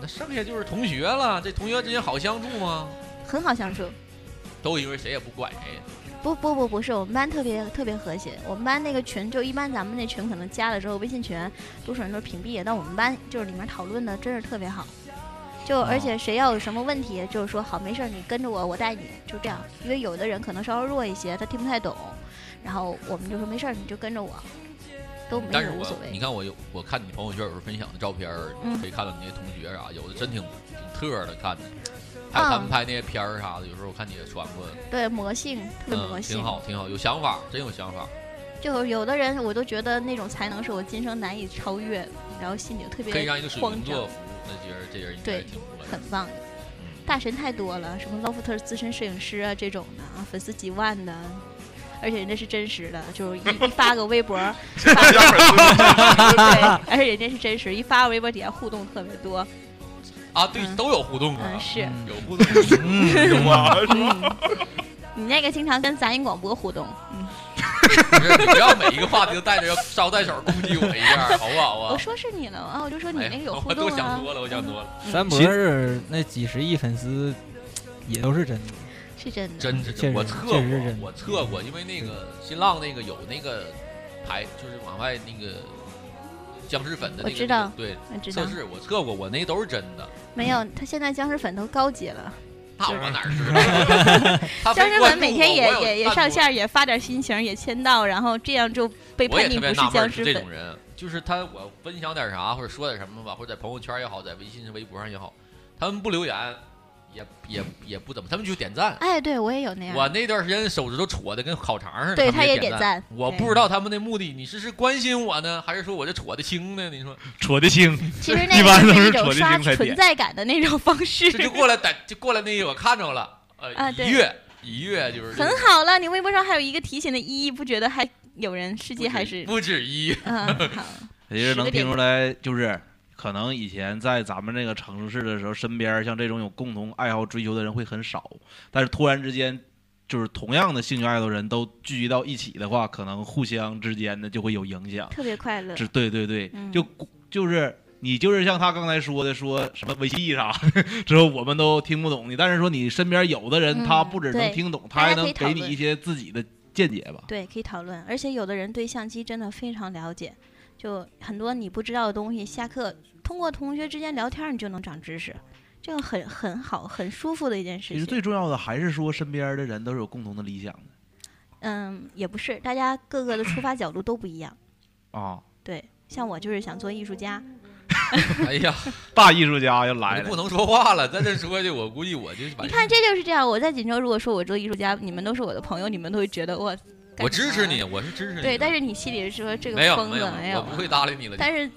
S11: 那剩下就是同学了，这同学之间好相处吗？
S4: 很好相处。
S11: 都因为谁也不管谁，
S4: 不不不不是，我们班特别特别和谐。我们班那个群，就一般咱们那群可能加了之后，微信群多数人都屏蔽了，但我们班就是里面讨论的真是特别好。就而
S11: 啊
S4: 且谁要有什么问题，就是说好没事儿，你跟着我，我带你，就这样。因为有的人可能稍微弱一些，他听不太懂，然后我们就说没事儿，你就跟着我，都没
S11: 但
S4: 有
S11: 是
S4: 无
S11: 我
S4: 所谓
S11: 你。看我有，我看你朋友圈有时候分享的照片儿，
S4: 嗯
S11: 可以看到你那些同学啥，有的真挺挺特儿的看着，还有他们
S4: 嗯
S11: 拍那些片儿啥的，有时候我看你也传过，
S4: 对魔性特别魔
S11: 嗯，
S4: 性，
S11: 挺好挺好，有想法，真有想法。
S4: 就有的人我都觉得那种才能是我今生难以超越的，然后心里就特别
S11: 可以让一个水
S4: 慌
S11: 瓶
S4: 张
S11: 座服务，那觉得这人应该
S4: 对
S11: 挺不错
S4: 很
S11: 的。
S4: 棒。大神太多了，什么 Lofter 资深摄影师啊这种的，啊，粉丝几万的，而且人家是真实的，
S11: <laughs>
S4: 就是一一发个微博， <laughs> 对，而且人家是真实，一发个微博底下互动特别多，
S11: 啊，对，
S4: 嗯
S11: 都有互动啊
S4: 嗯，，是，
S11: 有互动。
S9: 嗯，
S4: 嗯，你那个经常跟杂音广播互动，嗯，
S11: 不是你不要每一个话题都带着要捎带手攻击我一下，好不好啊？
S4: 我说是你了啊，我就说你
S11: 哎
S4: 那个
S11: <laughs>
S4: 有
S11: 我
S4: 互动
S11: 都想
S4: 啊，
S11: 多了，我想多了，
S10: 三模是那几十亿粉丝，也都是真的。
S4: 是真的，
S11: 真是真，
S10: 确实
S11: 我测
S10: 确实是
S11: 过
S10: 真，的
S11: 我测过，因为那个新浪那个有那个排，就是往外那个僵尸粉的那个，
S4: 我知道
S11: 对，
S4: 我知道
S11: 测，试我测过，我那都是真
S4: <laughs>
S11: 的。
S4: 没有，他现在僵尸粉都高级了，
S11: 那我往哪儿知道？啊 <laughs> 他非
S4: 僵尸
S11: 关注
S4: 粉每天
S11: 我
S4: 也
S11: 我有
S4: 也也
S11: 弹
S4: 上
S11: 幕
S4: 线儿，也发点心情，也签到，然后这样就被
S11: 我也
S4: 判
S11: 特
S4: 定不
S11: 别
S4: 是
S11: 纳闷
S4: 僵
S11: 儿
S4: 尸
S11: 是这
S4: 粉
S11: 种。人，就是他我分享点啥或者说点什么吧，或者在朋友圈也好，在微信、微博上也好，他们不留言，也也也不怎么，他们就点赞。
S4: 哎，对我也有那样。
S11: 我那段时间手指头戳的跟烤肠似的，
S4: 对
S11: 他们
S4: 他也
S11: 点
S4: 点
S11: 赞
S4: 赞。
S11: 我不知道他们的目的，你是是关心我呢，还是说我这戳的轻呢？你说
S9: 戳的轻，
S4: 其
S9: <laughs>
S4: 实
S9: 一
S4: 那
S9: 般
S4: 个
S9: 都
S4: 就是
S9: 是
S4: 一种
S9: 戳
S4: 刷
S9: 进去才
S4: 存
S9: 点
S4: 在感的那种方式
S11: 这。就过来逮，就过来那我看着了，呃，
S4: 啊
S11: 一
S4: 对
S11: 月一月就是这
S4: 很
S11: 个
S4: 好了，你微博上还有一个提醒的一，不觉得还有人世
S11: 不
S4: 界还
S11: 止
S4: 是
S11: 不止一，
S4: 嗯
S9: <laughs>
S4: 好，
S9: 其实能听出来，就是可能以前在咱们这个城市的时候，身边像这种有共同爱好追求的人会很少，但是突然之间就是同样的兴趣爱好人都聚集到一起的话，可能互相之间的就会有影响。
S4: 特别快乐。
S9: 只对对对，
S4: 嗯
S9: 就就是你就是像他刚才说的，说什么维基啥， <laughs> 之后我们都听不懂你，但是说你身边有的人，
S4: 嗯
S9: 他不只能
S4: 对
S9: 听懂，他
S4: 大家
S9: 还
S4: 可
S9: 能
S4: 以讨
S9: 给你
S4: 论
S9: 一些自己的见解吧。
S4: 对，可以讨论。而且有的人对相机真的非常了解，就很多你不知道的东西，下课通过同学之间聊天，你就能长知识，这个很很好、很舒服的一件事
S9: 其实
S4: 情。
S9: 最重要的还是说身边的人都是有共同的理想的
S4: 嗯，也不是，大家各个的出发角度都不一样。
S9: 啊。
S4: 对，像我就是想做艺术家，
S11: 哎呀，
S9: 大艺术家要
S11: 我
S9: 来了，
S11: 就不能说话了，在这说去，我估计我就是把
S4: 你看这就是这样。我在锦州，如果说我做艺术家，你们都是我的朋友，你们都会觉得我
S11: 我支持你，我是支持你的。
S4: 对，但是你心里是说这个
S11: 没有
S4: 疯
S11: 没有
S4: 子没
S11: 我
S4: 有
S11: 不
S4: 啊，
S11: 会搭理你了。
S4: 但
S11: <laughs>
S4: 是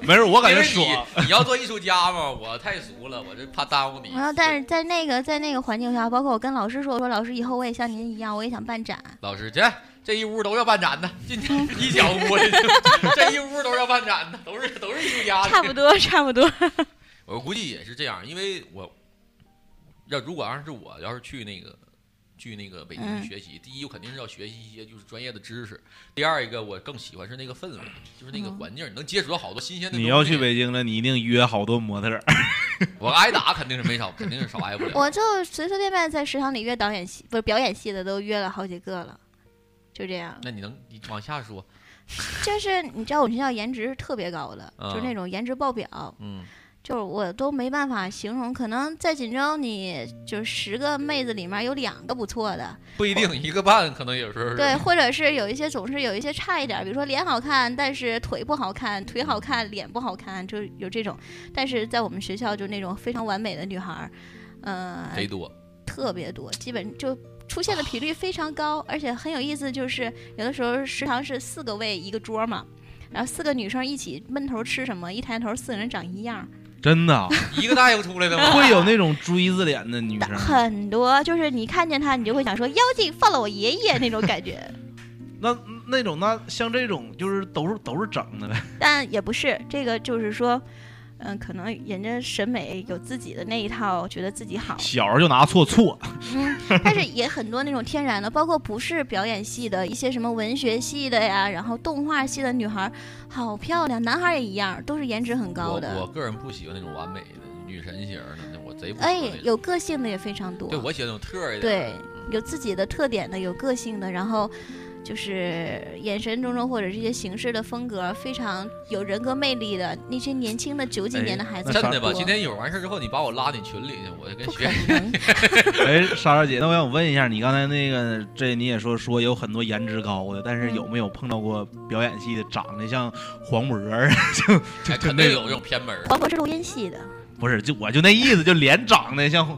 S9: 没事，我感觉
S11: 因为
S9: 爽。
S11: 你你要做艺术家嘛，我太俗了，我这怕耽误你。
S4: 然后，啊但是在那个在那个环境下，包括我跟老师说，我说老师，以后我也像您一样，我也想办展。
S11: 老师，这这一屋都要办展的，今天
S4: 嗯
S11: 一小屋里 <laughs> 这一屋都要办展的，都是都是艺术家。
S4: 差不。多，差
S11: <laughs>
S4: 不多。
S11: 我估计也是这样，因为我要如果要是我要是去那个去那个北京
S4: 嗯
S11: 去学习，第一我肯定是要学习一些就是专业的知识，第二一个我更喜欢是那个氛围，就是那个
S4: 嗯
S11: 环境，能接触到好多新鲜的东西。
S9: 你要去北京了，你一定约好多模特儿。
S11: 我挨打肯定是没少，肯定是少挨不了。
S4: 我就随随便便在食堂里约导演系，不是表演系的都约了好几个了，就这样。
S11: 那你能你往下说，
S4: 就是你知道我们学校颜值是特别高的，
S11: 啊
S4: 就是那种颜值爆表，
S11: 嗯，
S4: 就是我都没办法形容。可能在锦州，你就十个妹子里面有两个不错的，
S11: 不一定一个半，可能有时候是
S4: 对，或者是有一些总是有一些差一点儿，比如说脸好看，但是腿不好看，腿
S11: 嗯
S4: 好看，脸不好看，就是有这种。但是在我们学校，就那种非常完美的女孩儿，呃，
S11: 贼多。啊
S4: 特别多，基本就出现的频率非常高，而且很有意思，就是有的时候食堂是四个位一个桌嘛。然后四个女生一起闷头吃什么，一抬头四个人长一样儿，
S9: <laughs> 真的啊
S11: 一个大夫出来的吗？
S9: <laughs> 会有那种锥子脸的女
S4: <laughs>
S9: 生，
S4: 很多就是你看见她，你就会想说妖精放了我爷爷那种感
S11: <laughs>
S4: 觉。
S9: 那那种那像这种就是都是都是整的呗。，
S4: 但也不是这个，就是说，嗯，可能人家审美有自己的那一套，觉得自己好
S11: <laughs>
S9: <laughs> 小时候就拿错错，
S4: 嗯，但是也很多那种天然的，包括不是表演系的一些什么文学系的呀，然后动画系的女孩儿，好漂亮，男孩儿也一样，都是颜值很高
S11: 我我
S4: 的，
S11: 个人不喜欢那种完美的女神型的，那我贼不喜欢
S4: 哎
S11: 那，种。
S4: 有个性的也非常多，
S11: 对，我喜欢那种特儿一
S4: 对
S11: 点的。嗯，
S4: 有自己的特点的，有个性的，然后就是眼神中中或者这些形式的风格非常有人格魅力的那些年轻的九几
S9: 哎
S4: 年的孩子
S9: 那
S4: 很
S11: 真的吧？
S4: 多，
S9: 啥
S11: 今
S4: <laughs>
S11: 天有完事儿之后，你把我拉你群里去，我就跟
S4: 不可
S11: 学。
S9: <laughs>
S11: <laughs>
S4: 能，
S9: <laughs> 哎，莎莎姐，那我想问一下，你刚才那个这你也说说有很多颜值高的，但是
S4: 嗯
S9: 有没有碰到过表演系的长得像黄渤儿？ <laughs>
S11: 哎，肯定有这种偏门儿。
S4: 黄渤是录音系的，
S9: 不是，就我就那意思，就脸长得像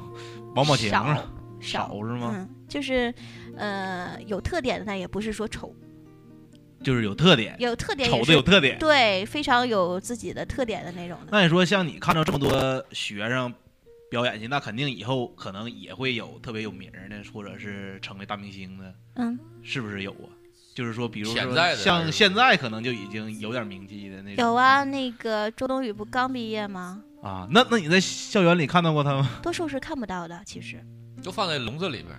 S9: 王宝强
S4: 少
S9: 啊，
S4: 少
S9: 是吗？
S4: 嗯，就是呃有特点的，但也不是说丑，
S9: 就是有特点，
S4: 有特点也
S9: 丑的
S4: 是
S9: 有特点。
S4: 对非常有自己的特点的那种的。
S9: 那你说像你看到这么多学生表演去，那肯定以后可能也会有特别有名儿的，或者是成为大明星的，
S4: 嗯，
S9: 是不是有啊？就是说，比如
S11: 潜
S9: 说
S11: 在的还
S9: 像
S11: 是
S9: 现在可能就已经有点名气的那种。
S4: 有啊，那个周冬雨不刚毕业吗？
S9: 啊，那那你在校园里看到过他吗？ <laughs>
S4: 多数是看不到的，其实。
S11: 就放在笼子里边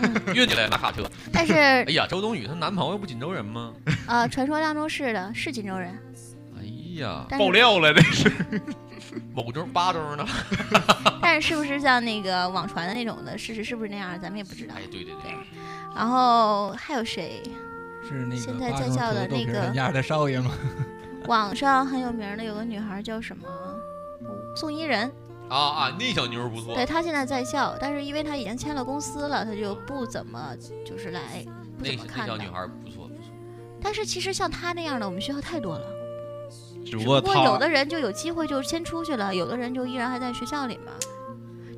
S4: 嗯
S11: 儿， <laughs> 运起来拿卡车。
S4: 但是
S11: 哎呀，周冬雨她男朋友不锦州人吗？
S4: 呃，传说当中是的，是锦州人，
S11: 哎呀，
S4: 但是
S9: 料了，这是 <laughs>
S11: 某州八州呢？ <laughs>
S4: <laughs> 但是是不是像那个网传的那种的，事实是不是那样，咱们也不知道
S11: 哎。，对对对，
S4: 然后还有谁？
S10: 是那个
S4: 现在
S10: 八
S4: 在
S10: 中
S4: 校的
S10: 土豆
S4: 那
S10: 皮儿
S4: 个
S10: 人家的少爷吗？
S4: 网上很有名的有个女孩叫什么？宋伊人，
S11: 啊啊，那小妞儿不错
S4: 对，她现在在校，但是因为她已经签了公司了，她就不怎么就是来不
S11: 那
S4: 怎么
S11: 那
S4: 看
S11: 小
S4: 的
S11: 女。孩儿不错不错。
S4: 但是其实像她那样的，我们学校太多了。
S9: 只不
S4: 只
S9: 过
S4: 不过有
S9: 他
S4: 的人就有机会就先出去了，有的人就依然还在学校里嘛。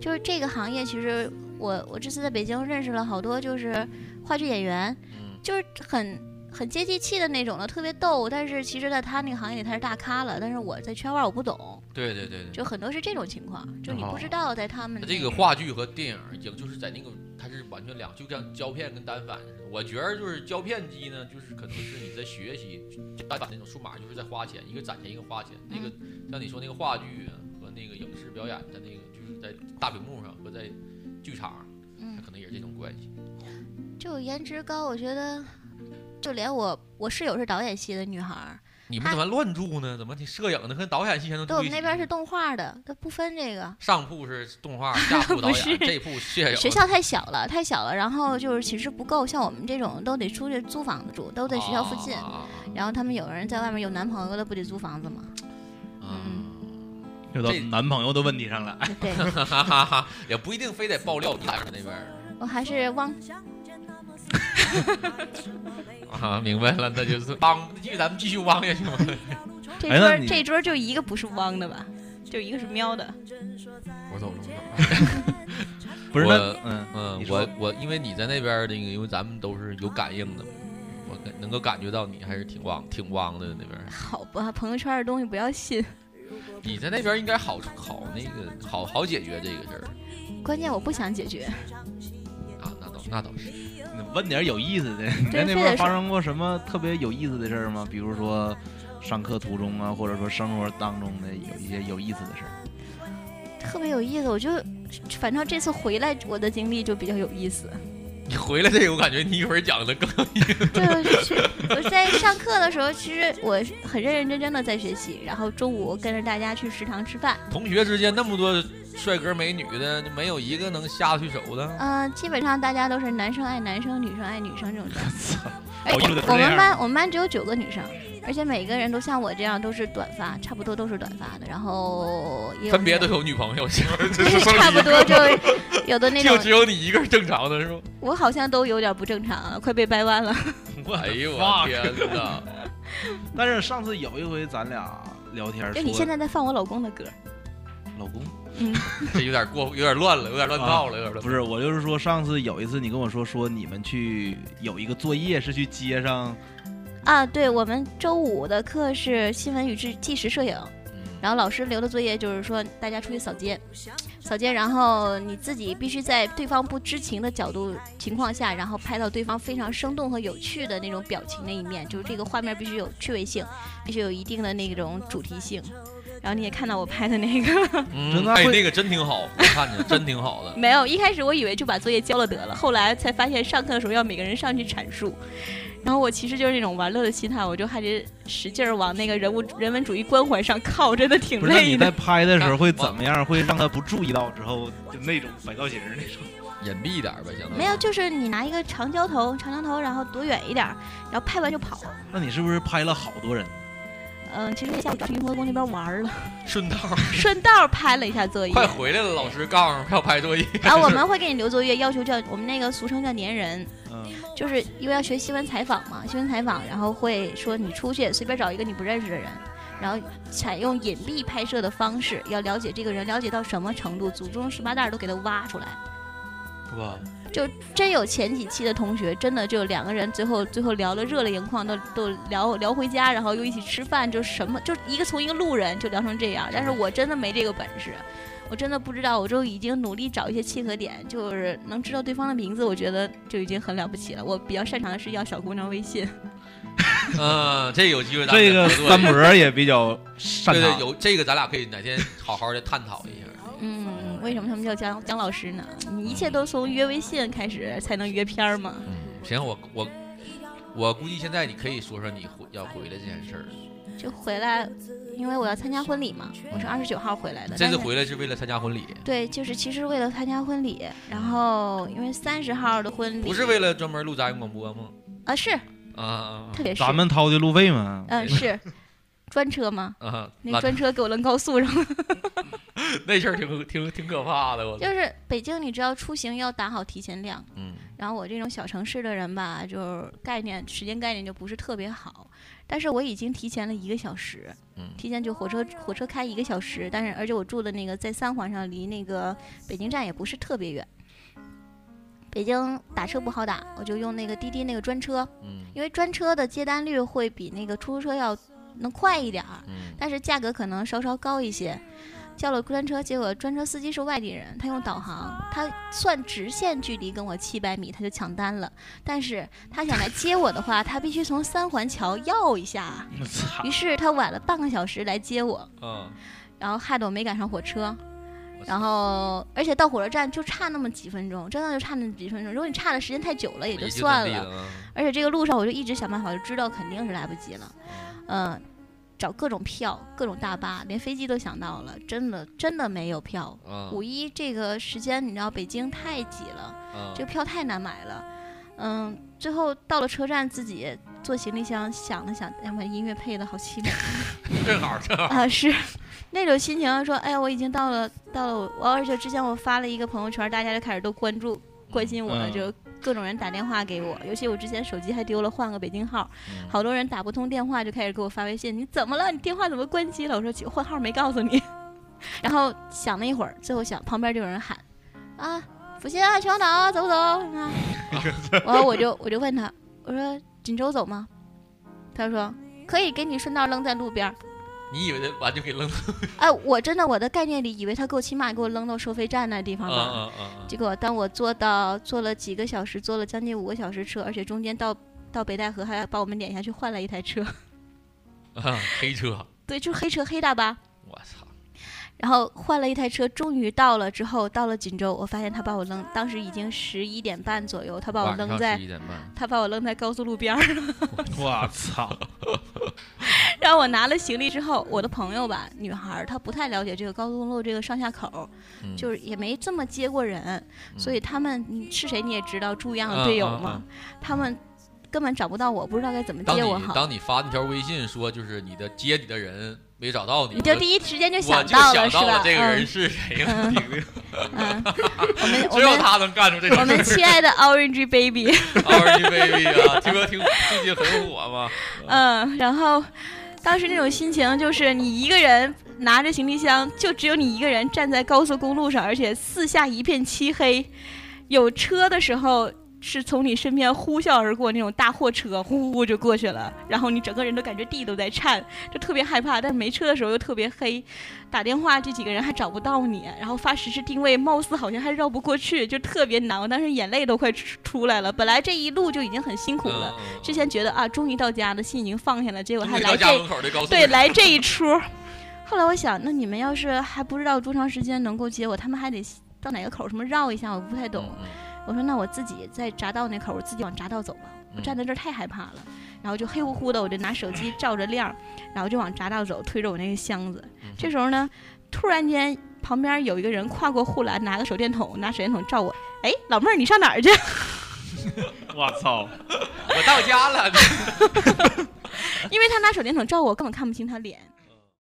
S4: 就是这个行业，其实我我这次在北京认识了好多就是话剧演员，
S11: 嗯，
S4: 就是很很接地气的那种的，特别逗。但是其实，在他那个行业里他是大咖了，但是我在圈外我不懂，
S11: 对对对对。
S4: 就很多是这种情况，就你
S9: 哦
S4: 不知道在他们
S11: 他这个话剧和电影已经就是在那个，它是完全两，就像胶片跟单反似的。我觉得就是胶片机呢，就是可能是你在学习，就单反那种数码就是在花钱，一个攒钱一个花钱。那个
S4: 嗯
S11: 像你说那个话剧啊和那个影视表演，在那个就是在大屏幕上和在剧场，他可能也是这种关系。
S4: 嗯就颜值高，我觉得，就连我我室友是导演系的女孩儿，
S11: 你们怎么乱住呢？怎么你摄影的和导演系还能
S4: 对
S11: 住
S4: 我
S11: 一
S4: 们那
S11: 起？
S4: 边是动画的，它不分这个。
S11: 上铺是动画，下铺导
S4: <laughs> 不是
S11: 演，这铺摄影。
S4: 学校太小了，太小了，然后就是寝室不够，像我们这种都得出去租房子住，都在学校附近。
S11: 啊
S4: 然后他们有人在外面有男朋友的，不得租房子吗？
S11: 啊
S4: 嗯
S11: <laughs>
S9: 又到男朋友的问题上了。
S4: 对 <laughs>
S11: 也不一定非得爆料你俩那边儿
S4: 我还是忘，
S11: 啊，明白了，那就是帮，继续咱们继续汪下去嘛。
S4: 这
S11: 哎
S4: 桌、
S11: 那你
S4: 这桌就一个不是汪的吧，就一个是喵的。
S8: 我走了，我走了。
S9: 不是
S11: 我
S9: 那嗯
S11: 嗯
S9: 你，说
S11: 我我因为你在那边儿那个，因为咱们都是有感应的，我感能够感觉到你还是挺汪挺汪的那边儿。
S4: 好吧，朋友圈的东西不要信。
S11: 你在那边儿应该好好那个好好解决这个事儿
S4: 关键我不想解决，
S11: 啊，那倒那倒是。
S9: 你问点有意思的，你在那
S4: 非得
S9: 边发
S4: 说
S9: 生过什么特别有意思的事儿吗？比如说上课途中啊，或者说生活当中的有一些有意思的事儿。
S4: 特别有意思。我就反正这次回来，我的经历就比较有意 <laughs> 思。
S11: 你回来这个，我感觉你一会儿讲的更有意思。
S4: 就是我在上课的时候，其实我很认认真真的在学习，然后中午跟着大家去食堂吃饭，
S11: 同学之间那么多帅哥美女的，没有一个能下得去手的。
S4: 嗯、基本上大家都是男生爱男生，女生爱女生这种的。而
S11: 好
S4: 且
S11: 意思
S4: 我
S11: 这样啊
S4: 们班我们班只有九个女生，而且每个人都像我这样都是短发，差不多都是短发的，然后也有
S11: 分别都有女朋友，是 <laughs> 吧
S4: <laughs> 差不多就
S11: <laughs>
S4: 有的那
S11: 就
S4: 种，
S11: 只有你一个是正常的，是吗？
S4: 我好像都有点不正常啊，快被掰弯了。
S11: 哎呦
S9: fuck
S11: 我天哪！
S9: 但是上次有一回咱俩聊天
S4: 就
S9: 说，
S4: 哎你现在在放我老公的歌，
S9: 老公
S4: 嗯，
S11: 这有点过，有点乱了，有点乱套了，有点乱。
S9: 不是我就是说上次有一次你跟我说说你们去有一个作业是去街上，
S4: 啊，对，我们周五的课是新闻与纪纪实摄影，然后老师留的作业就是说大家出去扫街，扫街，然后你自己必须在对方不知情的角度情况下，然后拍到对方非常生动和有趣的那种表情那一面，就是这个画面必须有趣味性，必须有一定的那种主题性。然后你也看到我拍的那个，
S11: 嗯
S9: 真，的啊
S11: 哎，
S9: 会
S11: 那个真挺好，我看着真挺好的。
S4: 没有，一开始我以为就把作业交了得了，后来才发现上课的时候要每个人上去阐述。然后我其实就是那种玩乐的心态，我就还得使劲儿往那个人物人文主义关怀上靠，真的挺
S9: 不是那
S4: 累
S9: 你
S4: 的
S9: 在。拍的时候会怎么样？会让他不注意到之后就那种摆造型儿那种。
S11: 隐蔽一点吧，相当于
S4: 没有，就是你拿一个长焦头，长焦头，然后躲远一点儿，然后拍完就跑。
S9: 那你是不是拍了好多人？
S4: 嗯、其实那下午去雍和宫那边玩儿了，
S11: 顺道儿。
S4: 顺道拍了一下作业。
S11: 快回来了，老师告诉要拍作业。
S4: 然啊
S9: <laughs>
S4: 后我们会给你留作业，要求叫我们那个俗称叫粘人，
S9: 嗯，
S4: 就是因为要学新闻采访嘛，新闻采访，然后会说你出去随便找一个你不认识的人，然后采用隐蔽拍摄的方式，要了解这个人，了解到什么程度，祖宗十八代都给他挖出来。
S9: 是吧？
S4: 真有前几期的同学，真的就两个人最后最后聊得热泪盈眶，都都聊聊回家，然后又一起吃饭，就什么就一个从一个路人就聊成这样。但是我真的没这个本事，我真的不知道，我就已经努力找一些契合点，就是能知道对方的名字，我觉得就已经很了不起了。我比较擅长的是要小姑娘微信，
S11: 嗯，这有机会咱们
S9: 这个
S11: 合作一下
S9: 三博也比较擅
S11: 对
S9: 长。
S11: 对，有这个咱俩可以哪天好好的探讨一下。
S4: 嗯，为什么他们叫姜姜老师呢？你一切都从约微信开始才能约片儿吗？
S11: 嗯，行，我我我估计现在你可以说说你回要回来这件事儿。
S4: 就回来，因为我要参加婚礼嘛，我是二十九号回来的。
S11: 这次
S4: 但是
S11: 回来是为了参加婚礼，
S4: 对，就是其实为了参加婚礼，然后因为三十号的婚礼
S11: 不是为了专门录杂音广播吗？
S4: 啊，是
S11: 啊啊
S4: 特别是
S9: 咱们掏的路
S4: <laughs>
S9: 费吗？
S4: 嗯、是专车吗？
S11: 啊啊！
S4: 那专车给我扔高速上了。
S11: 那事儿挺挺挺可怕的，我操
S4: 就是北京，你知道出行要打好提前量，
S11: 嗯，
S4: 然后我这种小城市的人吧，就是概念时间概念就不是特别好，但是我已经提前了一个小时，
S11: 嗯
S4: 提前就火车火车开一个小时，但是而且我住的那个在三环上，离那个北京站也不是特别远。北京打车不好打，我就用那个滴滴那个专车，
S11: 嗯
S4: 因为专车的接单率会比那个出租车要能快一点儿，
S11: 嗯
S4: 但是价格可能稍稍高一些。叫了专车，结果专车司机是外地人，他用导航，他算直线距离跟我七百米，他就抢单了。但是他想来接我的话，他必须从三环桥绕一下，
S9: 我操！
S4: 于是他晚了半个小时来接我，
S11: 嗯
S4: 然后害得我没赶上火车。然后而且到火车站就差那么几分钟，真的就差那么几分钟。如果你差的时间太久了也就算
S11: 也就
S4: 了
S11: 那地，了啊
S4: 而且这个路上我就一直想办法，我就知道肯定是来不及了，嗯，找各种票、各种大巴，连飞机都想到了，真的真的没有票
S11: 啊。
S4: 五一这个时间你知道北京太挤
S11: 啊
S4: 了，这个票太难买了，嗯，最后到了车站自己做行李箱，想了想，哎呀妈，音乐配的好凄美。
S11: <laughs> 正好正好
S4: 啊，是那种心情，说哎呀，我已经到了，到了我，我而且之前我发了一个朋友圈，大家就开始都关注关心我了，
S11: 嗯
S4: 就各种人打电话给我，尤其我之前手机还丢了，换个北京号，
S11: 嗯
S4: 好多人打不通电话就开始给我发微信，你怎么了？你电话怎么关机了？我说起换号没告诉你，然后想了一会儿，最后想旁边就有人喊啊，福星啊，秦皇岛啊，走不走啊？
S11: <laughs>
S4: 然后我就我就问他，我说锦州走吗？他说可以给你顺道扔在路边儿。
S11: 你以为这完就给扔了？ <laughs>
S4: 哎，我真的我的概念里以为他给我起码给我扔到收费站那地方
S11: 啊
S4: 吧。
S11: 啊啊啊！
S4: 结果当我坐到坐了几个小时，坐了将近五个小时车，而且中间到到北戴河还把我们撵下去换了一台车，
S11: 啊，黑车，
S4: 对，就是黑车黑大巴。
S11: 我操！
S4: 然后换了一台车，终于到了之后，到了锦州，我发现他把我扔，当时已经十一点半左右，他把我
S11: 晚
S4: 扔
S11: 上
S4: 在
S11: 11点半
S4: 他把我扔在高速路边儿 <laughs> 了。
S9: 我操！
S4: 然后我拿了行李之后，我的朋友吧，女孩儿她不太了解这个高速公路这个上下口，
S11: 嗯
S4: 就是也没这么接过人，所以他们你是谁你也知道猪一样的队友嘛，
S11: 嗯嗯
S4: 他们根本找不到我，不知道该怎么
S11: 当
S4: 接我
S11: 你
S4: 好。
S11: 当你发那条微信说就是你的接你的人没找到你，
S4: 你就
S11: 我
S4: 第一时间就
S11: 我
S4: 想
S11: 就
S4: 到了
S11: 想
S4: 是
S11: 到
S4: 吧
S11: 这个人
S4: 嗯
S11: 是谁了，
S4: 嗯
S11: 顶顶 <laughs>
S4: 嗯，我们 <laughs> 我
S11: 只有
S4: 们
S11: 他能干出这种
S4: 我们
S11: 事
S4: 亲爱的 Orange Baby， <laughs>
S11: ，Orange Baby 啊，这歌挺最近很火嘛。
S4: 嗯，然后当时那种心情就是你一个人拿着行李箱，就只有你一个人站在高速公路上，而且四下一片漆黑，有车的时候。是从你身边呼啸而过那种大货车，呼呼就过去了，然后你整个人都感觉地都在颤，就特别害怕。但是没车的时候又特别黑，打电话这几个人还找不到你，然后发实时定位，貌似好像还绕不过去，就特别难。我当时眼泪都快出出来了。本来这一路就已经很辛 <laughs> 苦了，之前觉得啊，终于到家了，心已经放下了，结果
S11: 嗯终
S4: 还
S11: 于到
S4: 来这
S11: 家门口的高速
S4: 对 <laughs>
S11: 上
S4: 来这一出。后来我想，那你们要是还不知道多长时间能够接我，他们还得到哪个口儿什么绕一下，我不太懂。
S11: 嗯
S4: 我说那我自己在匝道那口儿，我自己往匝道走吧。
S11: 嗯
S4: 我站在这儿太害怕了，然后就黑乎乎的，我就拿手机照着亮儿，然后就往匝道走，推着我那个箱子。
S11: 嗯
S4: 这时候呢，突然间旁边有一个人跨过护栏，拿个手电筒，拿手电筒照我。哎，老妹儿，你上哪儿去？ <laughs>
S9: 我操！
S11: 我到家了，
S4: 因为他拿手电筒照我，根本看不清他脸。